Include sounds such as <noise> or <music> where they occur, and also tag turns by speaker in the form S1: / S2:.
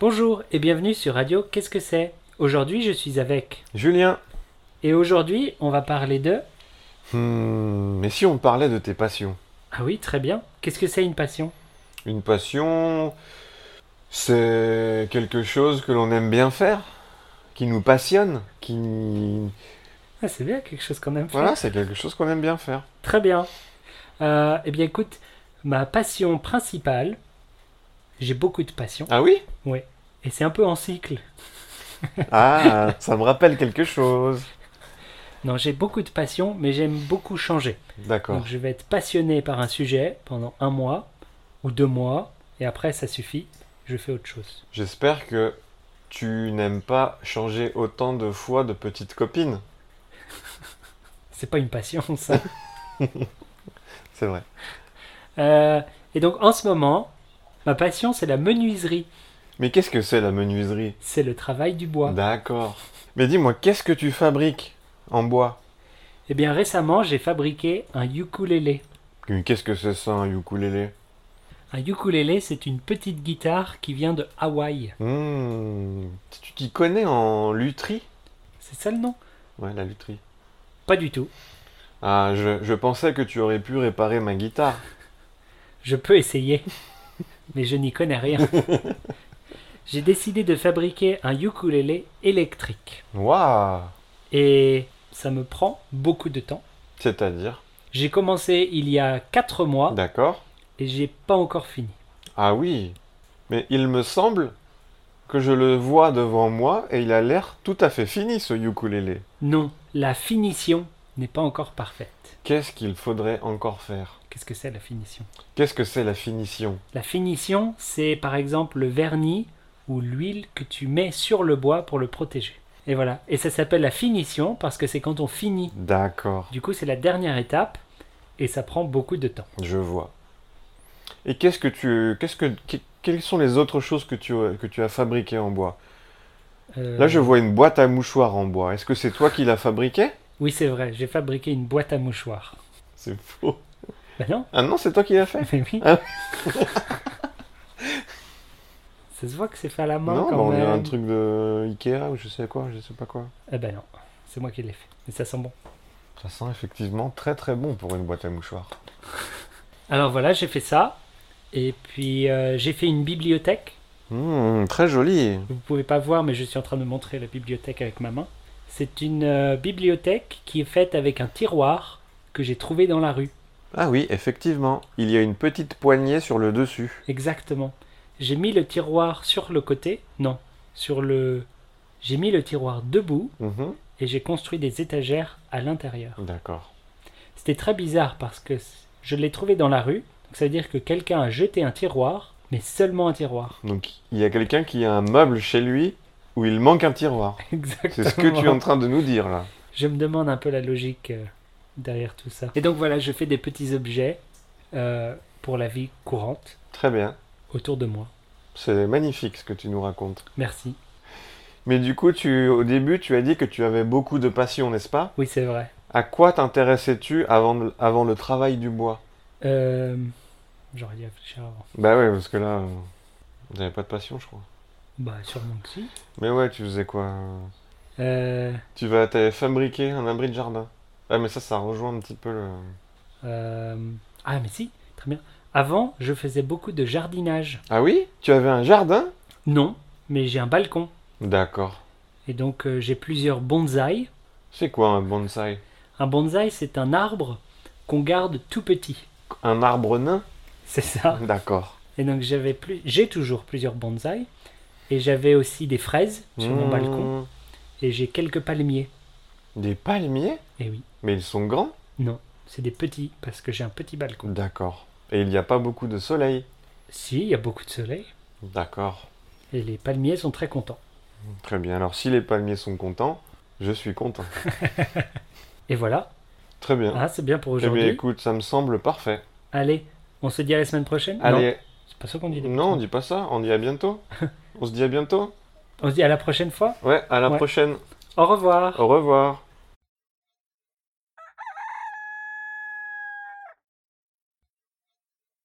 S1: Bonjour et bienvenue sur Radio Qu'est-ce que c'est Aujourd'hui je suis avec.
S2: Julien,
S1: Et aujourd'hui on va parler de...
S2: hmm, mais si on parlait de tes passions
S1: Ah oui très bien. Qu'est-ce que c'est une passion
S2: Une passion, c'est quelque chose que l'on aime bien faire, qui nous passionne, qui...
S1: ah, C'est bien quelque chose qu'on aime faire.
S2: Voilà, c'est quelque chose qu'on aime bien faire.
S1: Très bien. Euh, eh bien écoute, ma passion principale, j'ai beaucoup de passions
S2: Ah oui
S1: et c'est un peu en cycle.
S2: Ah, ça me rappelle quelque chose.
S1: Non j'ai beaucoup de passions mais j'aime beaucoup changer.
S2: D'accord.
S1: Donc je vais être passionné par un sujet pendant un mois ou deux mois et après ça suffit, je fais autre chose.
S2: J'espère que tu n'aimes pas changer autant de fois de petite copine.
S1: C'est pas une passion ça.
S2: C'est vrai.
S1: Euh, et donc en ce moment, ma passion c'est la menuiserie,
S2: Mais qu'est-ce que c'est la menuiserie
S1: c'est le travail du bois.
S2: D'accord. Mais dis-moi, qu'est-ce que tu fabriques en bois
S1: Eh bien récemment j'ai fabriqué un ukulélé.
S2: Qu'est-ce que c'est ça, un ukulélé
S1: Un ukulélé c'est une petite guitare qui vient de Hawaï.
S2: Hmm, Tu t'y connais en lutherie
S1: C'est ça le nom
S2: Ouais, la lutherie.
S1: Pas du tout.
S2: Ah, je, je pensais que tu aurais pu réparer ma guitare.
S1: Je peux essayer, <laughs> mais je n'y connais
S2: <laughs>
S1: rien. j'ai décidé de fabriquer un ukulélé électrique.
S2: Waouh
S1: Et ça me prend beaucoup de temps.
S2: C'est-à-dire
S1: J'ai commencé il y a 4 mois
S2: D'accord
S1: et j'ai pas encore fini.
S2: Ah oui Mais il me semble que je le vois devant moi et il a l'air tout à fait fini ce ukulélé.
S1: Non, la finition n'est pas encore parfaite.
S2: Qu'est-ce qu'il faudrait encore faire
S1: Qu'est-ce que c'est la finition
S2: Qu'est-ce que c'est la finition
S1: La finition, c'est par exemple le vernis ou l'huile que tu mets sur le bois pour le protéger. Et voilà. Et ça s'appelle la finition parce que c'est quand on finit.
S2: D'accord,
S1: Du coup, c'est la dernière étape et ça prend beaucoup de temps.
S2: je vois. Et qu'est-ce que tu... Qu'est-ce que... que- Quelles sont les autres choses que tu, que tu as fabriquées en bois
S1: Euh,
S2: Là, je vois une boîte à mouchoirs en bois. Est-ce que c'est toi qui l'as fabriquée
S1: Oui, c'est vrai, j'ai fabriqué une boîte à mouchoirs.
S2: C'est faux.
S1: Ben non,
S2: Ah non, c'est toi qui l'as fait
S1: mais oui.
S2: Ah.
S1: <laughs> ça se voit que c'est fait à la main
S2: Non, bah,
S1: quand
S2: on
S1: même.
S2: a un truc de Ikea ou je sais quoi, je sais pas quoi.
S1: Eh ben non, c'est moi qui l'ai fait. Mais ça sent bon.
S2: Ça sent effectivement très très bon pour une boîte à mouchoirs.
S1: Alors voilà, j'ai fait ça. Et puis euh, j'ai fait une bibliothèque.
S2: Hum, très joli.
S1: Vous pouvez pas voir, mais je suis en train de montrer la bibliothèque avec ma main. C'est une euh, bibliothèque qui est faite avec un tiroir que j'ai trouvé dans la rue.
S2: Ah oui, effectivement. Il y a une petite poignée sur le dessus.
S1: Exactement. J'ai mis le tiroir sur le côté. Non, sur le. J'ai mis le tiroir debout
S2: Mhm,
S1: et j'ai construit des étagères à l'intérieur.
S2: D'accord.
S1: C'était très bizarre parce que c- je l'ai trouvé dans la rue. Donc ça veut dire que quelqu'un a jeté un tiroir, mais seulement un tiroir.
S2: Donc il y a quelqu'un qui a un meuble chez lui où il manque un tiroir.
S1: Exactement.
S2: C'est ce que tu es en train de nous dire là.
S1: Je me demande un peu la logique euh, derrière tout ça. Et donc voilà, je fais des petits objets euh, pour la vie courante
S2: Très bien.
S1: autour de moi.
S2: C'est magnifique ce que tu nous racontes.
S1: Merci.
S2: Mais du coup, tu, au début, tu as dit que tu avais beaucoup de passion, n'est-ce pas
S1: Oui, c'est vrai.
S2: À quoi t'intéressais-tu avant, le- avant le travail du bois
S1: Euh, J'aurais dû réfléchir avant.
S2: Bah ouais, parce que là, euh, t'avais pas de passion, je crois.
S1: Bah, sûrement que si.
S2: Mais ouais, tu faisais quoi euh,
S1: Euh,
S2: Tu vas, t'avais fabriqué un abri de jardin. Ah, mais ça, ça rejoint un petit peu le...
S1: euh, Ah, mais si, très bien. Avant, je faisais beaucoup de jardinage.
S2: Ah oui Tu avais un jardin
S1: Non, mais j'ai un balcon.
S2: D'accord.
S1: Et donc, euh, j'ai plusieurs bonsaïs.
S2: C'est quoi un bonsaï
S1: Un bonsaï, c'est un arbre qu'on garde tout petit. <laughs>
S2: Un arbre nain
S1: C'est ça.
S2: D'accord.
S1: Et donc j'avais plus, j'ai toujours plusieurs bonsaïs et j'avais aussi des fraises sur mon
S2: Mmh.
S1: balcon et j'ai quelques palmiers.
S2: Des palmiers
S1: Et oui,
S2: Mais ils sont grands
S1: non, c'est des petits parce que j'ai un petit balcon.
S2: D'accord. Et il n'y a pas beaucoup de soleil
S1: Si, il y a beaucoup de soleil
S2: D'accord.
S1: et les palmiers sont très contents.
S2: Très bien. Alors, si les palmiers sont contents, je suis content.
S1: Et voilà,
S2: Très bien.
S1: ah, c'est bien pour
S2: Eh bien,
S1: aujourd'hui.
S2: écoute, ça me semble parfait.
S1: Allez, on se dit à la semaine prochaine. non,
S2: Allez,
S1: c'est pas ça qu'on dit. d'habitude.
S2: non, on dit pas ça, on dit à <laughs> bientôt. on se dit à bientôt
S1: on se dit à la prochaine fois.
S2: Ouais, à la
S1: Ouais.
S2: prochaine.
S1: Au revoir.
S2: Au revoir.